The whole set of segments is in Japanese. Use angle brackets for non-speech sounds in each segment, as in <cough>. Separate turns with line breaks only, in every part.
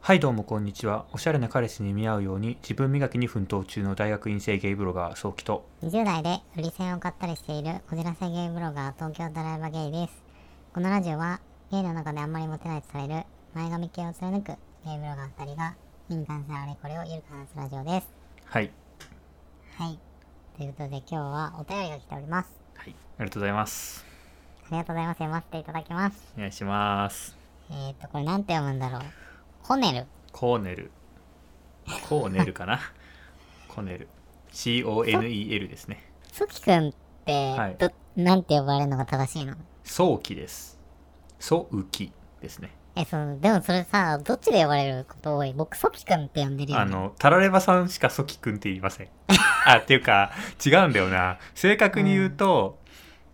はいどうもこんにちはおしゃれな彼氏に見合うように自分磨きに奮闘中の大学院生ゲイブロガー早期と
20代で売り線を買ったりしているこじらせゲイブロガー東京タライバゲイですこのラジオはゲイの中であんまりモテないとされる前髪系を貫くゲイブロガー2人がゲイに関するあれこれをゆるく話すラジオです
はい
はいということで今日はお便りが来ております
はいありがとうございます
ありがとうございます読ませていただきます
お願いします
えーとこれなんて読むんだろうコネル
コーネルコーネルかな <laughs> コーネル CONEL ですね
ソキくんって、
はい
どなんて呼ばれるのが正しいの
早期です早期ですね
えそのでもそれさどっちで呼ばれること多い僕ソキくんって呼んでるよ、ね、
あのタラレバさんしかソキくんって言いません <laughs> あっていうか違うんだよな正確に言うと、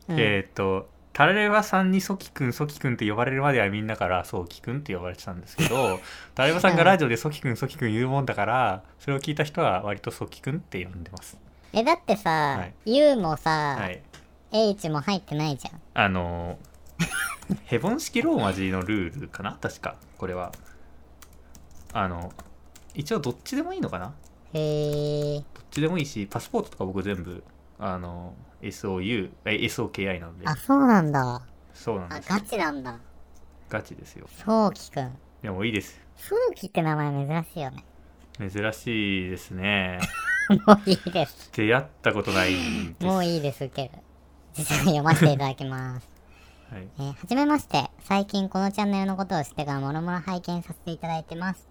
うん
えーっとタラレバさんにソキくんソキくんって呼ばれるまではみんなからソキくんって呼ばれてたんですけ
<laughs>
どタラレバさんがラジオでソキくんソキくん言うもんだからそれを聞いた人は割とソキくんって呼んでます
えだってさ、
はい
U もさ、
はい
H も入ってないじゃん
あのーヘボン式ローマ字のルールかな確かこれはあの一応どっちでもいいのかな
へえ
どっちでもいいし、パスポートとか僕全部、あの、SOU、え SOKI なんで、
あそうなんだ
そうなん
あ
ですよ
ガチなんだ
ガチですよ。
そうきくん
でもいいです。
そうきって名前珍しいよね <laughs>
珍しいですね。
もういいです
出会ったことないです。
もういいですウケる実際読ませていただきます
はい。
えーはじめまして。最近このチャンネルのことを知ってからもろもろ拝見させていただいてます。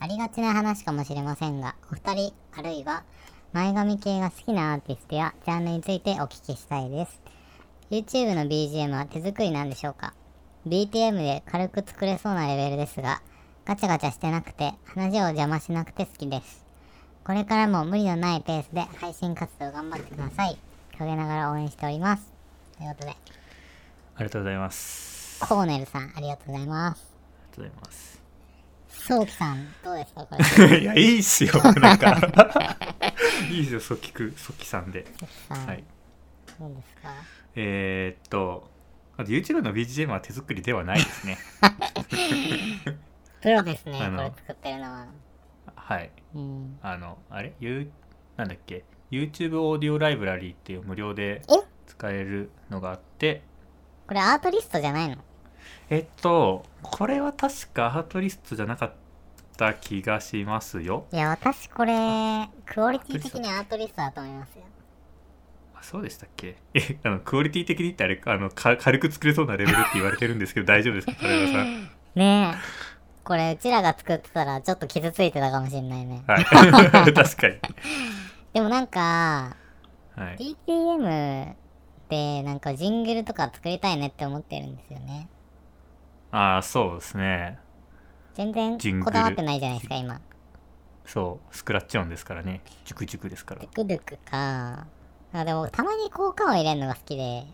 ありがちな話かもしれませんが、お二人、あるいは前髪系が好きなアーティストやジャンルについてお聞きしたいです。YouTube の BGM は手作りなんでしょうか ?BTM で軽く作れそうなレベルですが、ガチャガチャしてなくて、話を邪魔しなくて好きです。これからも無理のないペースで配信活動頑張ってください。陰ながら応援しております。ということで、
ありがとうございます。あ
コーネルさん、ありがとうございます。
りがとうございます。
そうきさん、どうですかこれ。 <laughs>
いや、いいっすよ、なんか。いいですよ、即帰く、即帰さんで。
さん、
はい。
どうですか
えー、っと、あと YouTube の BGM は手作りではないですね。 <laughs>
プロですね、
あの
これ作ってるのは。
はい。
うん。
あの、あれ、ゆなんだっけ、YouTube オーディオライブラリーっていう無料で
え
使えるのがあって、
これアートリストじゃないの
えっと、これは確かアートリストじゃなかった気がしますよ。
いや、私これ、クオリティ的にアートリストだと思いますよ。
あそうでしたっけ <laughs> え、あの、クオリティ的にってあれ、あの、か軽く作れそうなレベルって言われてるんですけど、大丈夫ですか、田中さん。
ねえ。これ、うちらが作ってたら、ちょっと傷ついてたかもしれないね。
はい。 <laughs> 確かに。
でもなんか、 <laughs>
はい。
DTM で、なんかジングルとか作りたいねって思ってるんですよね。
ああ、そうですね。
全然
ジングル
こだわってないじゃないですか、今。
そう、スクラッチ音ですからね。ジュクジュクですから
ドゥ。クドゥクか。あ、でも、たまに効果音入れるのが好きで、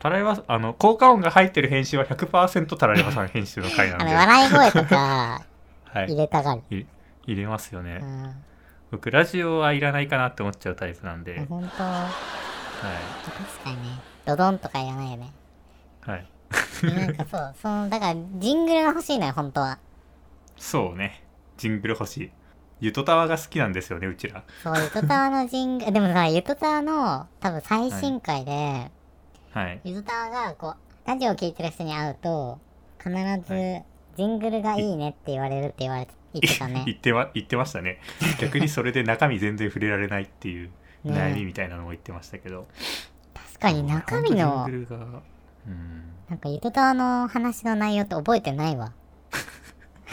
タラレバ、あの、効果音が入ってる編集は100%タラレバさん編集の回なん
あ
で。
の、笑い声と
<laughs>
か、
は
入
い、
れたがる。
い入れますよ
う
ね。
ん。
僕ラジオはいらないかなって思っちゃうタイプなんで、
本当
は
確かにね。ドドンとかいらないよ
<laughs>
ね。
い、はい、
なんかそう、その、だから、ジングルが欲しいのよ、本当は。
そうね、ジングル欲しい。ゆとたわが好きなんですよね、うちら。
そう、ゆとたわのジングル、で <laughs> もさ、ゆとたわの、多分最新回で、
はい、
ゆとたわが、こう、ラジオを聴いてる人に会うと、必ず、ジングルがいいねって言われるって言われて、言ってた
言 <laughs>
ね。
ってま言ってました
<laughs>
ね。逆にそれで中身全然触れられないっていう
ね
悩みみたいなのも言ってましたけど、
確かに中身
ほん
の
と、ジングルが、うん、
なんかゆとたわの話の内容って覚えてないわ。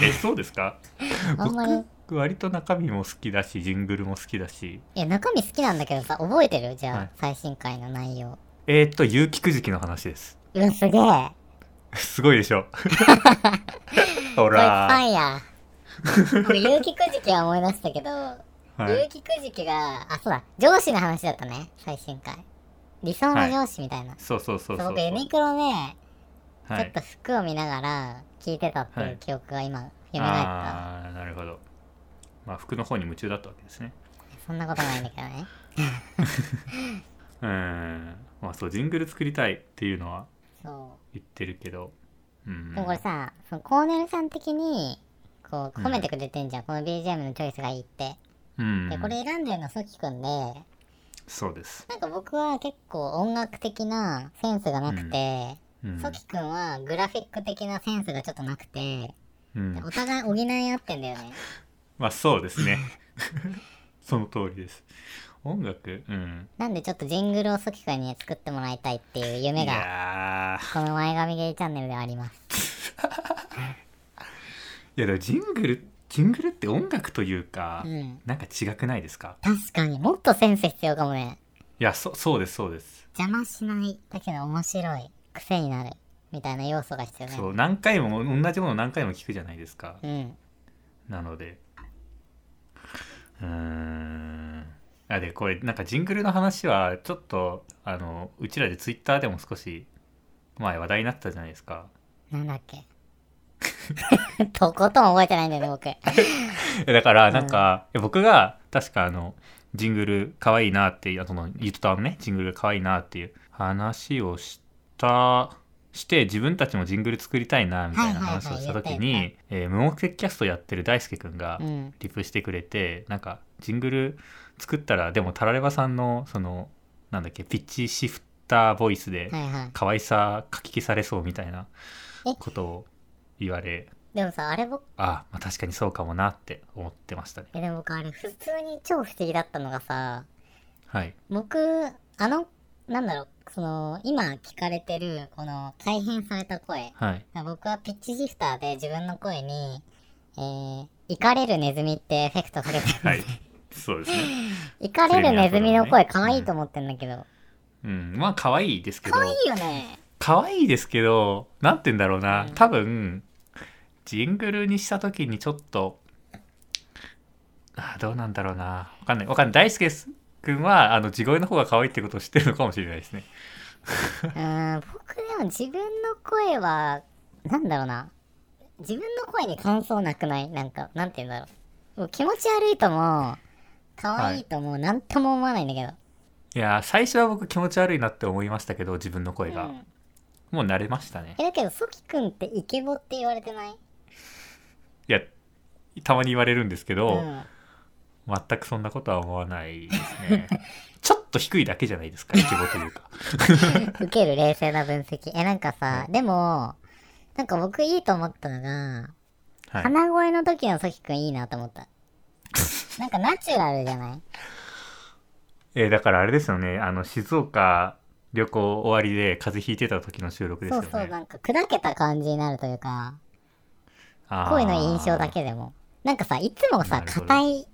え、そうですか？
あんまり。
僕割と中身も好きだし、ジングルも好きだし、
いや、中身好きなんだけどさ、覚えてるじゃあ、
はい
最新回の内容。
えー、っと有機くじきの話です。
うわ、すげえ。こ
すごいでし
<laughs>
ょ。ほ
れファ
ら
ンや。僕、有機くじきは思い出したけど、
ー、はい
有機くじきが、あ、そうだ、上司の話だったね、最新回。理想の上司みたいな。
そうそうそうそ
そ
うう。
僕、ユニクロね、
は
ちょっと服を見ながら聞いてたってい
はいう
記憶が今、蘇った。
ああーなるほど。まあ服の方に夢中だったわけですね。
そんなことないんだけどね。
うーん。まあそうジングル作りたいっていうのは
そ
言ってるけど。う
う。
ん
でもこれさ、そのコーネルさん的に、こう褒めてくれてんじゃん、この BGM のチョイスがいいって、
うん
でこれ選んでるのソキくんで
そうです、
なんか僕は結構音楽的なセンスがなくて、
うん
ソキくんはグラフィック的なセンスがちょっとなくて、
うん
で、お互い補い合ってんだよね
まあそうです
<laughs>
ね <laughs> その通りです音楽うん
なんでちょっとジングルをソキくんに作ってもらいたいっていう夢
い
が
やー
この前髪ゲイチャンネルではあります
いやでもジングルジングルって音楽というか、
うん
なんか違くないですか
確かにもっとセンス必要かもね
いやそそうですそうです、
邪魔しないだけど面白い癖になるみたいな要素が必要だ
そ
よ
う何回も同じもの何回も聞くじゃないですか、
ね
なのでうーんあでこれなんかジングルの話はちょっとあのうちらでツイッターでも少し前話題になってたじゃないですか
うんなんだっけ <laughs> とことん覚えてないんだよね僕
えだからなんか、え僕が確かあのジングル可愛いなっていうあの言ったのねジングル可愛いなっていう話をしたして自分たちもジングル作りたいなみたいな話をした時
はいはいはい
にえー無目的キャストやってる大輔くんが
うん
リプしてくれて、なんかジングル作ったらでもタラレバさんのそのなんだっけピッチシフターボイスで
はいはい
可愛さかき消されそうみたいな
え
ことを言われ
でもさあれ僕
あ、まあ確かにそうかもなって思ってましたね。
えでも僕あれ普通に超不思議だったのがさ
はい。
僕あのなんだろうその今聞かれてるこの改変された声
はい。
僕はピッチシフターで自分の声に「えー、イカれるネズミ」ってエフェクトかけてる
<laughs> はい。そうですね。
イカれるネズミの声可愛いと思ってんだけど、
うん。まあ、可愛いですけど
可、愛いよね
可愛いですけど、なんて言うんだろうな
う。ん
多分、ジングルにした時にちょっと、あどうなんだろうな。わかんない。わかんない。大輔くんは、あの、地声の方が可愛いってことを知ってるのかもしれないですね。
うーん僕でも自分の声はなんだろうな自分の声に感想なくないなんかなんて言うんだろうもう気持ち悪いとも可愛いともなんとも思わないんだけど、
いやー、最初は僕気持ち悪いなって思いましたけど、自分の声
う
が。
ん
もう慣れましたね。
えだけどソキ君ってイケボって言われてない
いや、たまに言われるんですけど、
うん
全くそんなことは思わないです
<laughs>
ね。ちょっと低いだけじゃないですか、イケボというか。
受ける冷静な分析えなんかさ、でもなんか僕いいと思ったのが、
はい、
鼻声の時のソキくんいいなと思ったなんかナチュラルじゃない
えーだからあれですよねあの静岡旅行終わりで風邪ひいてた時の収録です
そ
よ
う
ね
そうなんか砕けた感じになるというか
あー
声の印象だけでもなんかさいつもさ
なるほど
硬い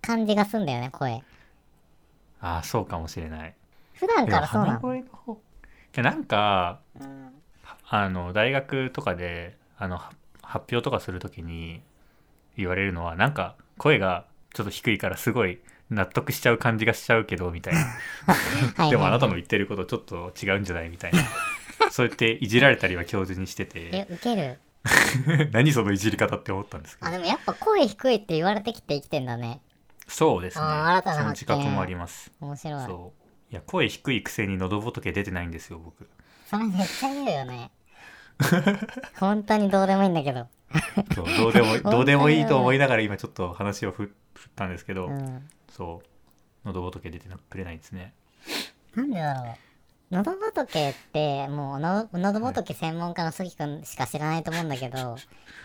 感じがすんだよね声
ああそうかもしれない
普段からそう
鼻
なの
声の方いやなんか
うん
あの大学とかであのは発表とかするときに言われるのはなんか声がちょっと低いからすごい納得しちゃう感じがしちゃうけどみた
<laughs>
いな
はい
でもあなたの
も
言ってることちょっと違うんじゃないみたい
<laughs>
なそうやっていじられたりは教授にしてて
えウケる
<laughs> 何そのいじり方って思ったんですけど
あでもやっぱ声低いって言われてきて生きてんだね
そうですね。
あー新たな
その
発
自
見
覚もあります。
面白いそ
そう。いや、声低いくせに喉仏出てないんですよ、
<laughs>
僕。
れめっちゃ言うよね本当にどうでもいいんだけど
そう、どうでもいい、
当だ
どうでもいいと思いながら今ちょっと話をふ振ったんですけど、
うん
そう。喉仏出てなくれないですね。
なんでだろう喉仏ってもうの喉仏専門家の杉くんしか知らないと思うんだけど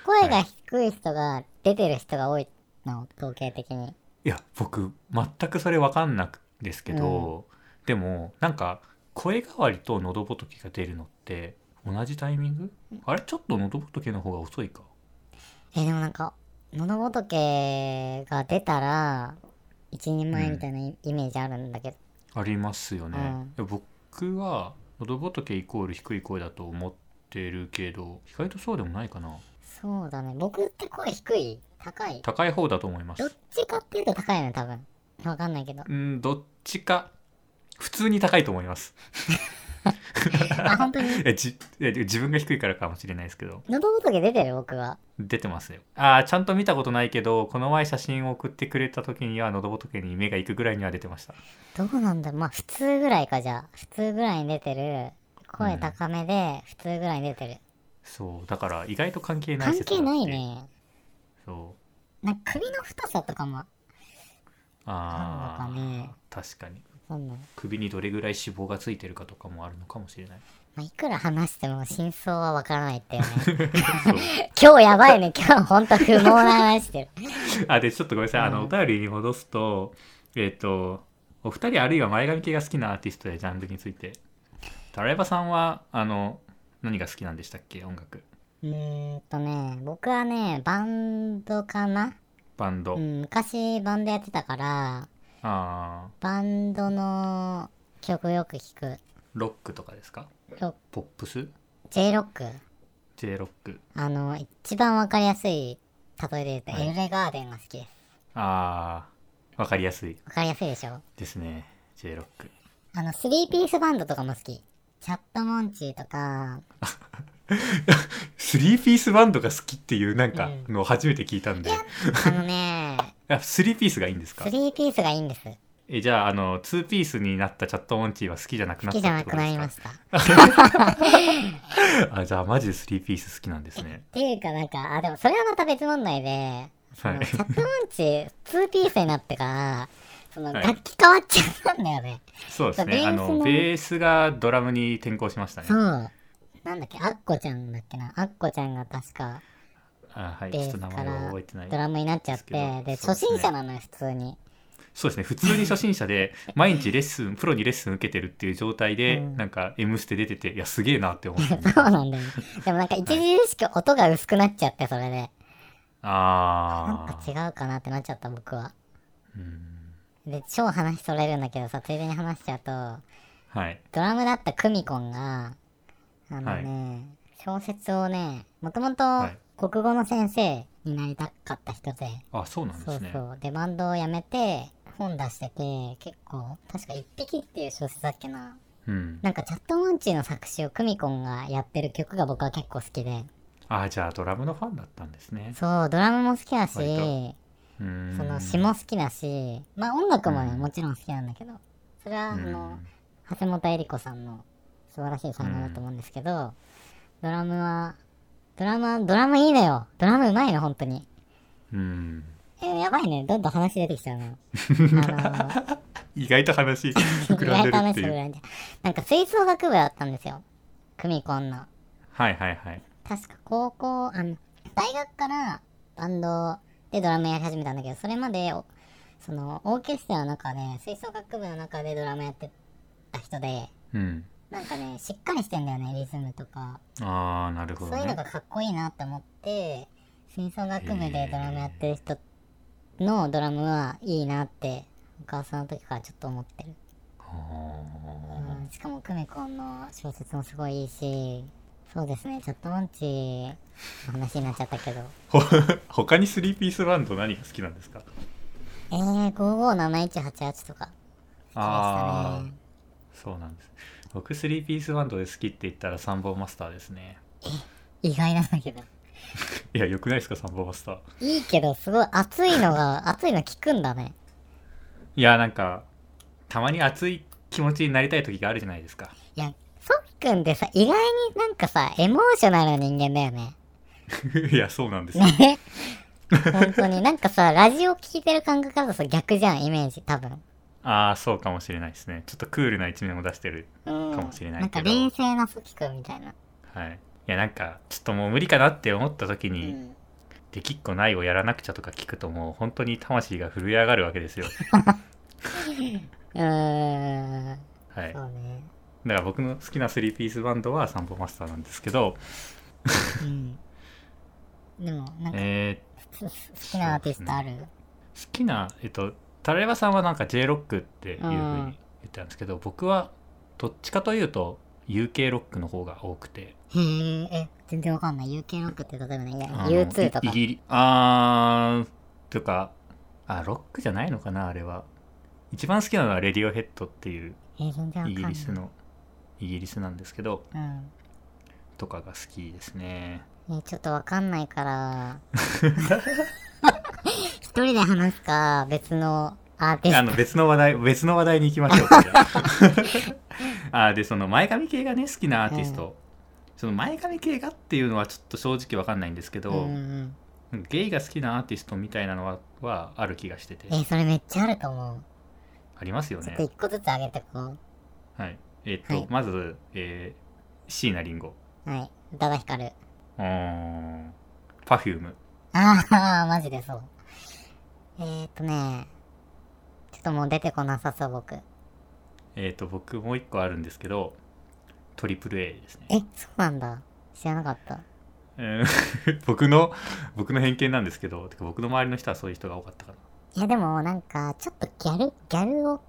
声が低い人が出てる人が多いの統計的に
いや、僕、全くそれわかんなくですけど、でも、なんか、声変わりと喉仏が出るのって、同じタイミングあれちょっと喉仏の方が遅いか。
えでもなんか喉仏が出たら一人前みたいなイイメージあるんだけど、
ありますよね、
う
僕は喉仏イコール低い声だと思ってるけど意外とそうでもないかな
そうだね僕って声低い高い
高い方だと思いま
どっ
す
ちかっていうと高いよね多分わかんないけど
うんどっちか普通に高いと思います <laughs>
あ本当に
えじえ自分が低いからかもしれないですけど
喉仏出てる僕は
出てますよあーちゃんと見たことないけどこの前写真を送ってくれた時には喉仏に目が行くぐらいには出てました
どうなんだまあ普通ぐらいかじゃあ普通ぐらいに出てる声高めで普通ぐらいに出てる、
そうだから意外と関係ない
関
説が
係
あ
な
って
いね
そう
なんか首の太さとかも
あ
なんだかね
あ確かに
そんな、
首にどれぐらい脂肪がついてるかとかもあるのかもしれない
まあ、いくら話しても真相はわからないっていうね
そう
今日やばいね今日ほんと不毛な話してる
<laughs> あでちょっとごめんなさいあの、
うん
お便りに戻すとえっ、とお二人あるいは前髪系が好きなアーティストやジャンルについてタラエバさんはあの何が好きなんでしたっけ音楽
うーんとね僕はねバンドかな、
バンド、
うん、昔バンドやってたから
ああ
バンドの曲よく聞く
ロックとかですか
ロ
ポップス
J ロック
J ロック
あの一番わかりやすい例えで言うと、
はい
エルレガーデンが好きです
ああわかりやすい
わかりやすいでしょ
ですね J ロック
あの3ピースバンドとかも好きチャットモンチーと
<laughs>
か
スリーピースバンドが好きっていうなんか
う
のを初めて聞いたんで、
あのね
あスリーピースがいいんですか
3ピースがいいんです好
えじゃああのツーピースになったチャットモンチーは好きじゃなくなった
き
っ
じゃな
てこ
く
とで
な
す
り
か
ました
あじゃあマジでスリーピース好きなんですね
っ。ていうかなんかあでもそれはまた別問題でそ
は
の <laughs>
い
チャットモンチー2ピースになってからその
はい
楽器変わっちゃったんだよね、
そうです
ベー
ね。
ス
あ
の
のベースがドラムに転向しましたね
そ。うなんだっけアッコちゃんだっけなアッコちゃんが確か
あはい。ち
ベ
ょ
ー
っと
ス
名
か
前は
ら
覚えてない
ド。ラムになっちゃっ
ですけ
て
ど
で
そう
初
ですね
心者なのよ普通に
そうですね。普通に初心者で毎日レッスン <laughs> プロにレッスン受けてるっていう状態で、
うん
なんか M ステ出てていやすげえなって思って。
<laughs> そうなんだよねでもなんか著しく音が薄くなっちゃってそれでなん
あ
か
あ
違。うかなってなっちゃった僕は
うん
で超話それるんだけどさついでに話しちゃうと
はい
ドラムだったクミコンがあのね、小説をねもともと
はい
国語の先生になりたかった人で、
あそうなんで
そう
すね。
そうでバンドを辞めて本出してて結構確か「一匹」っていう小説だっけな
うん。
なんかチャットモンチーの作詞をクミコンがやってる曲が僕は結構好きで
あじゃあドラムのファンだったんですね。
そうドラムも好きだし
割とうーん。
その詞も好きだしまあ音楽もね
うん
もちろん好きなんだけどそれはあ
うん
の、橋本恵理子さんの素晴らしい才能だと思うんですけど、ドラムはドラマドラムいいのよドラムうまいの本当に
うん。
えーやばいねどんどん話出てきちゃ
<laughs>
うのあ
意外と話
の
膨
意
らんでる
外と
っ
話
て
す
い
るぐ
う。
らいでなんか吹奏楽部だったんですよ組ミコンの
はいはいはい。
確か高校あの大学からバンドでドラムやり始めたんだけどそれまでおそのオーケストラの中で吹奏楽部の中でドラムやってた人で
うん。
なんかねしっかりしてんだよねリズムとか
ああなるほど
そういうの
ね
が。かっこいいなって思って吹奏楽部でドラムやってる人のドラムはいいなってお母さんの時からちょっと思ってる、
あー
うん、しかも久美子の小説もすごいいいしそうですねチャットモンチーの話になっちゃったけど
ほ他にスリー <laughs> ピースバンド何が好きなんですか
えー、557188とか好きで
そうなんです僕スリーピースバンドで好きって言ったらサンボマスターですね
したね意外なんだけど
いやよくないですかサンボマスター
いいけどすごい熱いの <laughs> が熱いの聞くんだね
いやなんかたまに熱い気持ちになりたい時があるじゃないですか <laughs>
いやソッくんってさ意外になんかさエモーショナルな人間だよね
いやそうなんですよ
ね本当 <laughs> になんかさラジオ聞いてる感覚からさ逆じゃんイメージ多分
ああそうかもしれないですねちょっとクールな一面を出してる
うん
かもしれない
なんか
けど
冷静なソキくんみたいな、
はいいやなんかちょっともう無理かなって思った時
う
に、
ん、
できっこないをやらなくちゃとか聞くともう本当に魂が震え上がるわけです
<laughs>
よ
うーん
はい
そうね
だから僕の好きなスリーピースバンドはサンボマスターなんですけど、
うんでもなんか
え
す好きなアーティストある、
ー好きな、えっと、タラレバさんはなんか J ロックっていうふうに言ってたんですけど、僕はどっちかというと UK ロックの方が多くて
へーえ、全然わかんない。UK ロックって例えばね、いや
あの
U2 と
い
か
イ。ギリあーとかあロックじゃないのかなあれは一番好きなのはレディオヘッドっていう
えー、全然わかんない。
イギリスのイギリスなんですけど
うん。
とかが好きですね
えーちょっとわかんない
<laughs>
から。一人で話すか、別のアーティ
あ
ス
の別の話題 <laughs> 別の話題に行きましょうじゃあ
<laughs>
あでその前髪系がね好きなアーティスト、その前髪系がっていうのはちょっと正直わかんないんですけど、
ト。うんうん
うんゲイが好きなアーティストみたいなのははある気がしてて
えーそれめっちゃあると思
ありますよ
う。ちょ
ね
っと一個ずつ上げてこ
はいえっと、
はい
まず、えー、椎名林檎
う。はい。宇多田ヒカル。
うーん Perfume
ああ、マジでそう。えーっとね、ちょっともう出てこなさそう、僕。え、
えっと僕もう一個あるんですけどトリプル a ですね
そうなんだ。知らなかった。
うん <laughs> 僕の僕の偏見なんですけどてか僕の周りの人はそういう人が多かったかない
や、でもなんか、ちょっとギャル、ギャルを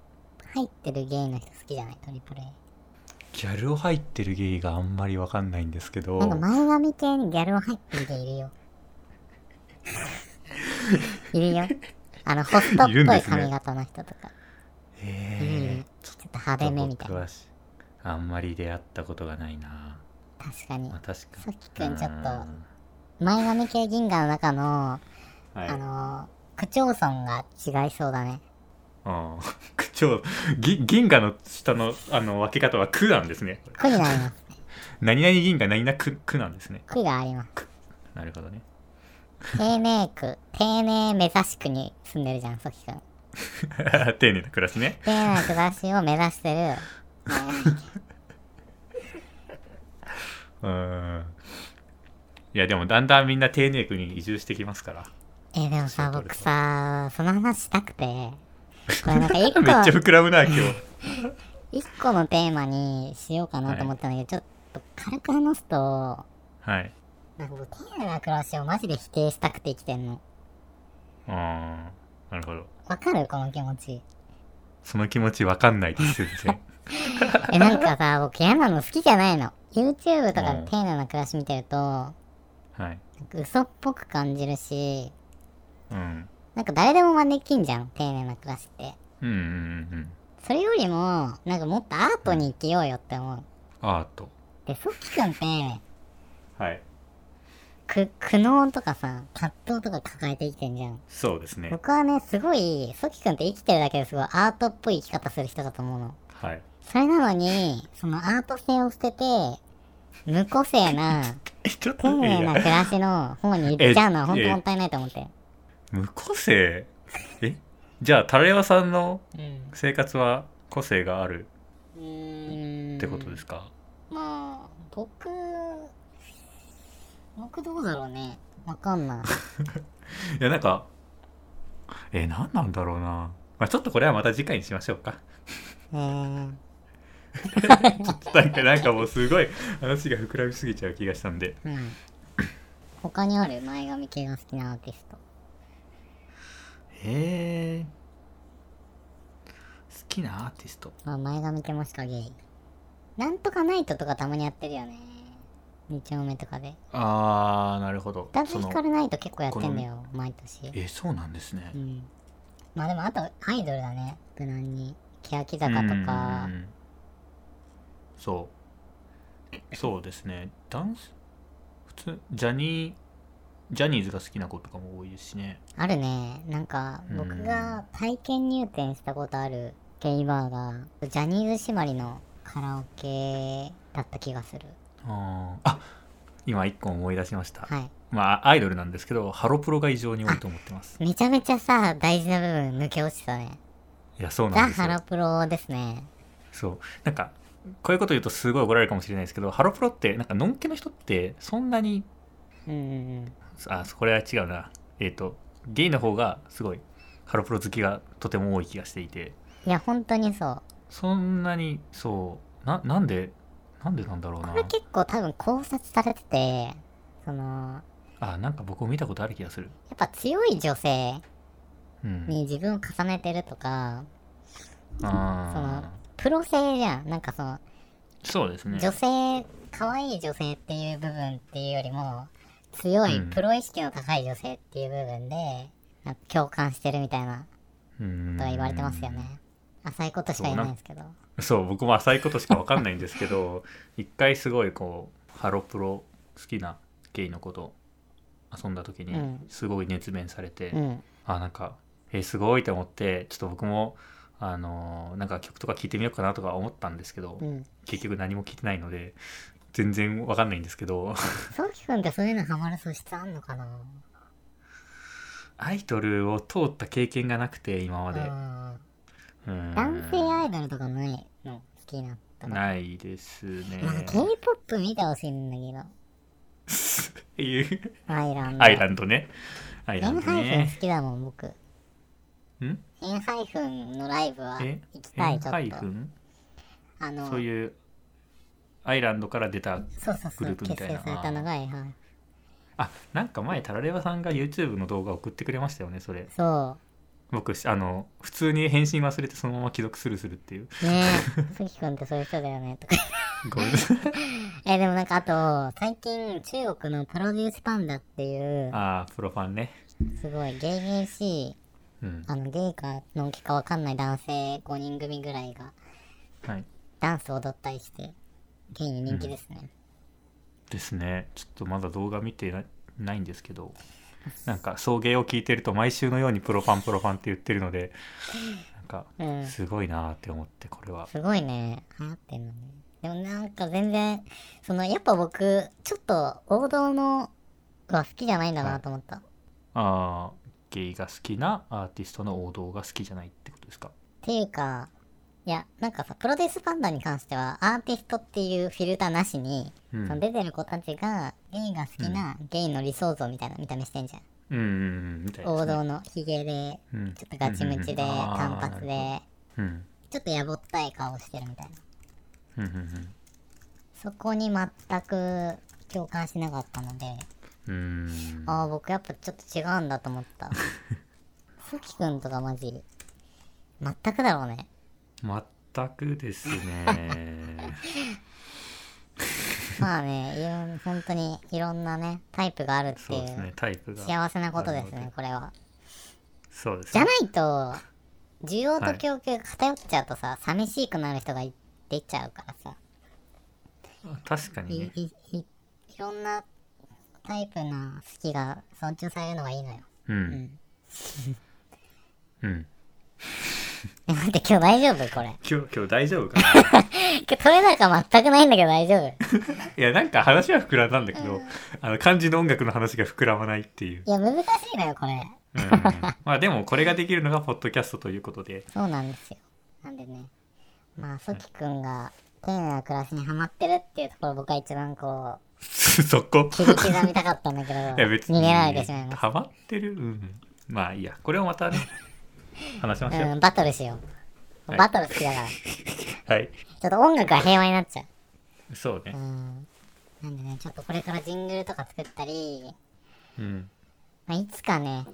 入ってるゲイの人好きじゃないトリプル A。
ギャルを入ってるゲイがあんまりわかんないんですけど
なんか前髪系にギャルを入ってるゲイいるよ。 <laughs> いるよ。あの、ホストっ
いるん
ぽ
で
い
すね
髪型の人とか。
えー
ちょっと派手めみたい
僕
な。
はしあんまり出会ったことがないな、
確かに
まあ、。確かに
さっきくんちょっと
うん
前髪系銀河の中の、
はい
あのー、区町村が違いそうだね。
うん <laughs> 区長ぎ銀河の下のあの分け方は区なんですね
区になります。
何々銀河何々区区なんですね
区があ
<laughs>
ります。
なるほどね <laughs>
丁寧区、丁寧目指し区に住んでるじゃん、ソキ君。
丁寧な暮らしね
丁寧な暮らしを目指してる。
うんいやでもだんだんみんな丁寧区に移住してきますから
えーでもさ、
そう取れた
僕さ、その話し
<laughs>
たくて、これなんか一個
めっちゃ膨らむな今日
一個のテーマにしようかなと思ったんだけど、ちょっと軽く話すと、
はい
なんか僕、丁寧な暮らしをマジで否定したくて生きてんの。
うんなるほど
わかるこの気持ち。
その気持ちわかんないです全 <laughs> 然
え、なん
<laughs>
かさ、僕嫌なの好きじゃないの。YouTube とか
うん
で丁寧な暮らし見てると、なん
はい
か嘘っぽく感じるし、
うん
なんか誰でも真似できんじゃん、丁寧な暮らしって。
うんうんうんうん
それよりも、なんかもっとアートに生きようよって思う。
アート
で、ソッキ君って、
はい
く、苦悩とかさ、葛藤とか抱えて生きてんじゃん。
そうですね
僕はね、すごい、ソッキ君って生きてるだけですごいアートっぽい生き方する人だと思うの。
はい
それなのに、そのアート性を捨てて、無個性な、
ちょっと
丁
い
寧な暮
や
らしの方に行っちゃうのは本
え
当もったいないと思って。
無個性えじゃあタラレワさんの
うん。。
生活は個性があるってことですすか
まあ、僕、僕どうだろうね。わかんない。
いやなんかえ何なんだろうな、まあ、ちょっとこれはまた次回にしましょうか
<laughs>
<laughs>
えー、
なんかなんかもうすごい話が膨らみすぎちゃう気がしたんで
うん。他にある前髪系が好きなアーティスト。
へえ好きなアーティスト
あ、前髪系もしかゲイ。なんとかナイトとかたまにやってるよね。二丁目とかで。
あーなるほど
ダブヒカルナイト結構やってんだよ、毎年。
えそうなんですね
うん。まあでも、あと、アイドルだね。無難に。欅坂とか
うん。そうそうですねダンス普通ジャニージャニーズが好きな子とかも多いですしね
あるね。なんか、僕が体験入店したことあるゲイバーが、ジャニーズ縛りのカラオケだった気がする。
あーあ今一個思い出しました、
は
まあアイドルなんですけどハロプロが異常に多いと思ってます
<laughs> い。めちゃめちゃさ、大事な部分抜け落ちたね。
いやそうな
ザ・
んです
ハ
よ
ロプロですね。
そうなんかこういうこと言うとすごい怒られるかもしれないですけどハロプロってなんかのんけの人ってそんなに
うんうんうん。
あこれは違うなえっ、とゲイの方がすごいハロプロ好きがとても多い気がしていて
いや、本当にそう。
そんなにそうななんでなんでなんだろうな
これ結構多分考察されてて、その、
あなんか僕も見たことある気がする、
やっぱ強い女性
うん、
に自分を重ねてるとか、その
あ
プロ性じゃん。なんかその、
ーそうですね
女性可愛い女性っていう部分っていうよりも強い
うん
プロ意識の高い女性っていう部分で、なんか共感してるみたいな
うん
ことが言われてますよね浅いことしか言えないんですけど
そう僕も浅いことしか分かんないんですけ
<laughs>
ど一回すごいこうハロプロ好きなゲイの子と遊んだ時に
うん
すごい熱弁されて、
うん
あなんかえーすごいと思ってちょっと僕もあのーなんか曲とか聴いてみようかなとか思ったんですけど、
うん
結局何も聴いてないので全然分かんないんですけど <laughs>
そうきくんってそういうのハマる素質あんのかな
アイドルを通った経験がなくて今まで
あ
うん
ー男性アイドルとかないの好きなとか
ないですね
なんか K-POP 見てほしいんだけ
いう
どアイランド
アイランドねアイランド
エンハイフン
ね
好きだもん僕
ん
エンハイフンのライブは
え
行きた
エ
い
ン
ちょ
ハイ
っ
フ
と
ン
あの
そういうアイランドから出た
そうそうそ
グル
う
ープみ
結
た
成
いな
されたのがエンハイフン
あなんか前タラレバさんが YouTube の動画送ってくれましたよねそれ
そ
僕あの普通に返信忘れてそのまま既読スルーするっていう
うね
<laughs>
え関君ってそういう人だよねとか
ごめんなさい
えでもなんかあと最近中国のプロデュースパンダってい
<laughs>
う
ああプロファンね
すごいゲイゲイしい
うん
あのゲイかノンケかわかんない男性5人組ぐらいが
はい
ダンス踊ったりしてゲイに人気ですね、
ですねちょっとまだ動画見てなないんですけどなんか送迎を聞いてると毎週のようにプロファンプロファンって言ってるのでなんか
うん
すごいなーって思ってこれは
すごいね流行ってんのねでもなんか全然そのやっぱ僕ちょっと王道のは好きじゃないんだなと思った、っ
あーゲイが好きなアーティストの王道が好きじゃないってことですか
ていうかいやなんかさプロデュースパンダに関してはアーティストっていうフィルターなしに、
うん
その出てる子たちがゲイが好きなゲイの理想像みたいな見た目してんじゃん、
うんうんうんみたいです
王
ね
道のヒゲで
うん
ちょっとガチムチで
うんうんうんあー
短髪
なる
で
うん
ちょっとやぼったい顔してるみたいな
うんうん
そこに全く共感しなかったので
うんうーん
ああ僕やっぱちょっと違うんだと思った
<laughs>
さきくんとかマジ全くだろうね
全くです
<laughs>
ね
まあねいろん <laughs> 本当にいろんなねタイプがあるって
そ
いうう
ですねタイプが
幸せなことで
な
す
る
ね
ほ
これは
そうです
じゃ
ね
ないと需要
は
と
い
供給が偏っちゃうとさ、寂しくなる人がい出ちゃうからさ
確かに
い
ね
いいいろんなタイプの好きが尊重されるのがいいのよ。
うんうん
え待って、今日大丈夫
<laughs>
これ。
今日今日大丈夫か
<laughs>
な
今日取れ高全くないんだけど大丈夫。
いやなんか話は膨らんだんだけどあの漢字の音楽の話が膨らまないっていう、
いや、難しいのよ、これ。
うん、
<laughs>
まあでもこれができるのがポッドキャストということで
そうなんですよ。なんでね、まあ、ソキくんが丁寧な暮らしにハマってるっていうところ、僕は一番こう、
そこ
切り刻みたかったん
<laughs>
だけど、
いや別に
逃げられてしまいまし
ハマってるうんまあいいやこれをまたね
<laughs>
話しましょう、
た。うん、バトルしよう。
はい
バトル好きだから。ち
はい
ょっと音楽は平和になっちゃう。
そうね
うん。なんでね、ちょっとこれからジングルとか作ったり、
うん
まあ、いつかね、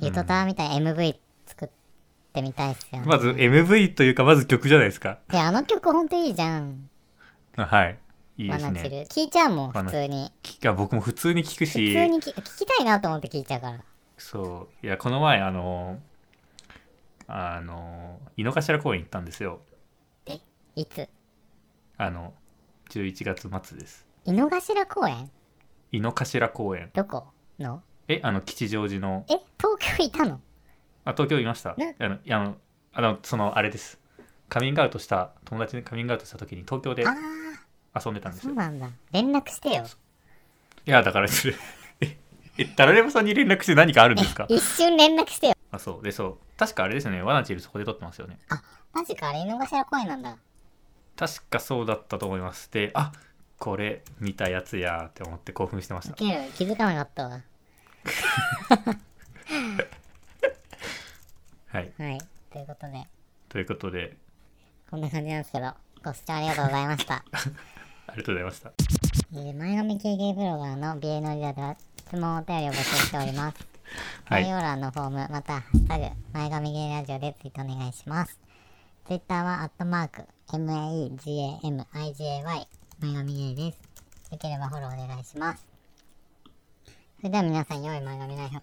ゆとたわみたいな MV 作ってみたいっすよね。
まず MV というかまず曲じゃないですか
で、あの曲ほんといいじゃん。
あはいいい
マ
です
ナチ
ね
ル。聴いちゃうもん、
マ
普
ナ
通に。
きあ僕も普通に聞く
普通
し
に聴きたいなと思って聴いちゃうから。
そういやこの前あのあの井の頭公園行ったんですよ
いつ
あの11月末です
井の頭公園
井の頭公園
どこの
えあの吉祥寺の
え、東京いたの
あ東京いました
ね
あのいやあのあのそのあれですカミングアウトした友達にカミングアウトした時に東京で
あ
遊んでたん
あ、
です
そう
よ
なんだ。連絡してよ。
いやだからそれええタラレバさんに連絡して何かあるんですか
一瞬連絡してよ。
あそうでそう確かあれですよねワナチルそこで撮ってますよね
マジか、あれ井の頭公園なんだ。
確かそうだったと思いますであこれ見たやつやーって思って興奮してました
ウケる、気づかなかったわ。
はい
はい。ということで、
ということで
こんな感じなんですけど、ご視聴ありがとうございました。
ありがとうございました
えー前髪系ゲイブロガーの BA のリアでは質問お便りを募集しております。
はい
概要欄のフォーム、またはハッシュタグ、前髪ゲイラジオでツイートお願いします。ツイッターは、アットマーク、MAEGAMIGAY、前髪ゲイです。よければフォローお願いします。それでは皆さん、良い前髪ライフを。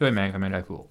良い前髪ライフを